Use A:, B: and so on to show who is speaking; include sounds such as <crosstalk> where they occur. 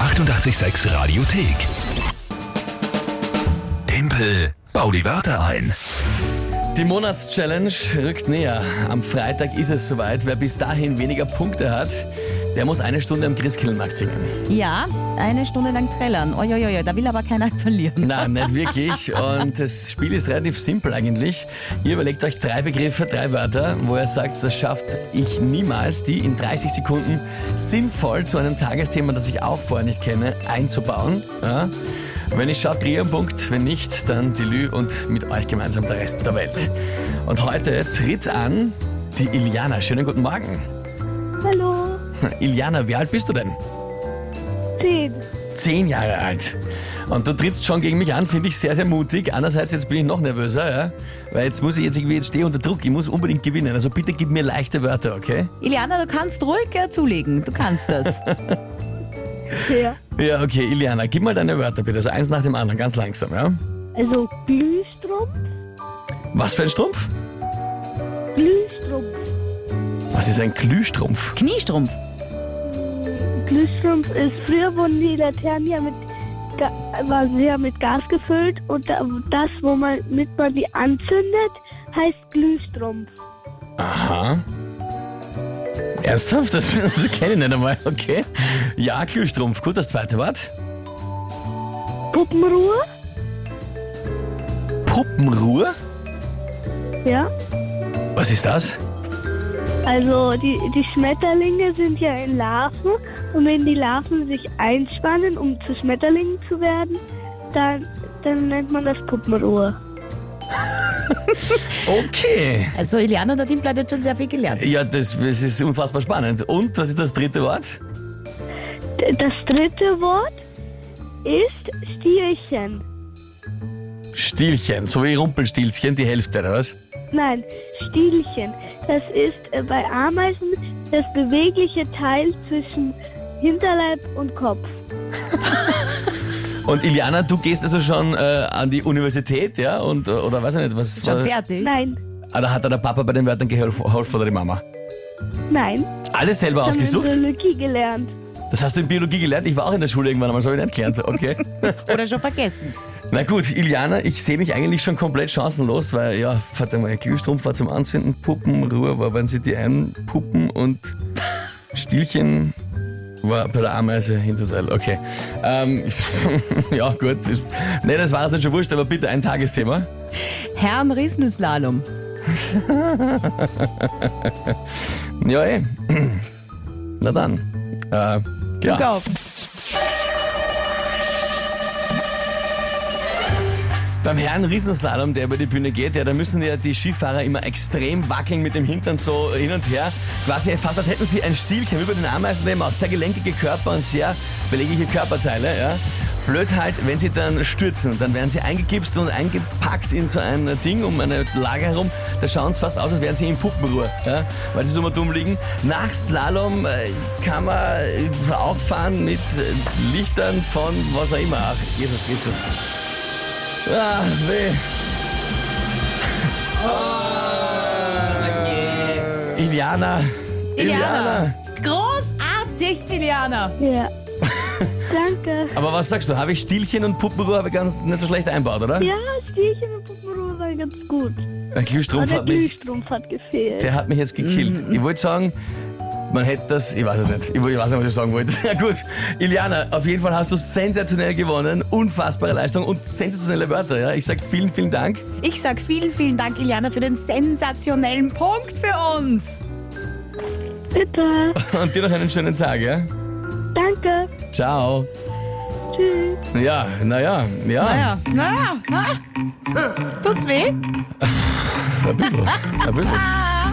A: 886 Radiothek. Tempel, bau die Wörter ein.
B: Die Monatschallenge rückt näher. Am Freitag ist es soweit. Wer bis dahin weniger Punkte hat, der muss eine Stunde am Christkindlmarkt singen.
C: Ja, eine Stunde lang trällern. Oioioio, da will aber keiner <laughs> verlieren.
B: Na, nicht wirklich. Und das Spiel ist relativ simpel eigentlich. Ihr überlegt euch drei Begriffe, drei Wörter, wo ihr sagt, das schafft ich niemals, die in 30 Sekunden sinnvoll zu einem Tagesthema, das ich auch vorher nicht kenne, einzubauen. Ja? Wenn ich schafft, drehe einen Punkt. Wenn nicht, dann die Lü und mit euch gemeinsam der Rest der Welt. Und heute tritt an die Iliana. Schönen guten Morgen.
D: Hallo,
B: Iliana, wie alt bist du denn?
D: 10.
B: Zehn Jahre alt. Und du trittst schon gegen mich an, finde ich sehr, sehr mutig. Andererseits, jetzt bin ich noch nervöser, ja? Weil jetzt muss ich jetzt irgendwie, jetzt stehe unter Druck, ich muss unbedingt gewinnen. Also bitte gib mir leichte Wörter, okay?
C: Iliana, du kannst ruhig äh, zulegen. Du kannst <laughs> das.
D: Ja.
B: Ja, okay, Iliana, gib mal deine Wörter bitte. Also eins nach dem anderen, ganz langsam, ja?
D: Also Glühstrumpf,
B: Was für ein Strumpf?
D: Glühstrumpf.
B: Was ist ein Glühstrumpf?
C: Kniestrumpf.
D: Glühstrumpf ist, früher wurden die Laternen ja mit, Ga- waren sie ja mit Gas gefüllt und da- das, wo man, mit man die anzündet, heißt Glühstrumpf.
B: Aha. Ernsthaft? Das, das kenne ich nicht einmal, okay? Ja, Glühstrumpf. Gut, das zweite Wort.
D: Puppenruhe,
B: Puppenruhe?
D: ja.
B: Was ist das?
D: Also die, die Schmetterlinge sind ja in Larven und wenn die Larven sich einspannen, um zu Schmetterlingen zu werden, dann, dann nennt man das Puppenruhe.
B: Okay.
C: Also Iliana, der Teamleiter hat schon sehr viel gelernt.
B: Ja, das, das ist unfassbar spannend. Und, was ist das dritte Wort?
D: D- Das dritte Wort ist Stielchen.
B: Stielchen, so wie Rumpelstilzchen, die Hälfte, oder was?
D: Nein, Stielchen. Das ist äh, bei Ameisen das bewegliche Teil zwischen Hinterleib und Kopf.
B: Und Iliana, du gehst also schon äh, an die Universität, ja? Und, äh, oder weiß ich nicht, was...
C: Schon
B: was-
C: fertig?
D: Nein,
B: Ah, da hat da der Papa bei den Wörtern geholfen geholfen oder die Mama?
D: nein.
B: Alles selber
D: Ich habe
B: ausgesucht?
D: Biologie gelernt.
B: Das hast du in Biologie gelernt? Ich war auch in der Schule irgendwann einmal, das habe ich nicht gelernt. Okay.
C: Oder schon vergessen?
B: Na gut, Iliana, ich sehe mich eigentlich schon komplett chancenlos, weil ja, warte mal, Glühstrumpf war zum Anzünden, Puppenruhe war, wenn sie die einpuppen und Stielchen war bei der Ameise Hinterteil. Okay. Ähm, <laughs> ja, gut. Ist, nee, das war es jetzt schon wurscht, aber bitte ein Tagesthema.
C: Herrn Riesenslalom.
B: Ja, eh. <clears throat> Na dann. Äh, ja.
C: Go.
B: Beim Herrn Riesenslalom, der über die Bühne geht, ja, da müssen ja die Skifahrer immer extrem wackeln mit dem Hintern so hin und her. Quasi fast als hätten sie ein Stielchen über den Ameisen, der haben auch sehr gelenkige Körper und sehr belegliche Körperteile. Ja. Blöd halt, wenn sie dann stürzen, dann werden sie eingegipst und eingepackt in so ein Ding um eine Lage herum. Da schauen sie fast aus, als wären sie in Puppenruhe, ja, weil sie so mal dumm liegen. Nach Slalom äh, kann man äh, auffahren mit äh, Lichtern von was auch immer. Ach, Jesus Christus. Ah, weh. Oh, Iliana.
C: Iliana. Großartig, Iliana.
B: <laughs>
D: Ja. Danke.
B: Aber was sagst du? Habe ich Stielchen und Puppenruhe habe ich ganz nicht so schlecht einbaut, oder?
D: Ja, Stielchen und Puppenruhe waren ganz gut.
B: Mein
D: Aber
B: Glühstrumpf
D: der
B: hat Mhm. mich,
D: Glühstrumpf hat gefehlt.
B: der hat mich jetzt gekillt. Ich wollte sagen, man hätte das, ich weiß es nicht. Ich, wo- ich weiß nicht, was ich sagen wollte. <laughs> Ja gut, Iliana, auf jeden Fall hast du sensationell gewonnen. Unfassbare Leistung und sensationelle Wörter, ja. Ich sag vielen, vielen Dank.
C: Ich sag vielen, vielen Dank, Iliana, für den sensationellen Punkt für uns.
D: Bitte.
B: Und dir noch einen schönen Tag, ja.
D: Danke.
B: Ciao.
D: Tschüss.
B: Ja, naja, ja.
C: Naja, naja, Ah na? Tut's weh?
B: Ein bisschen, ein bisschen.
C: Ah.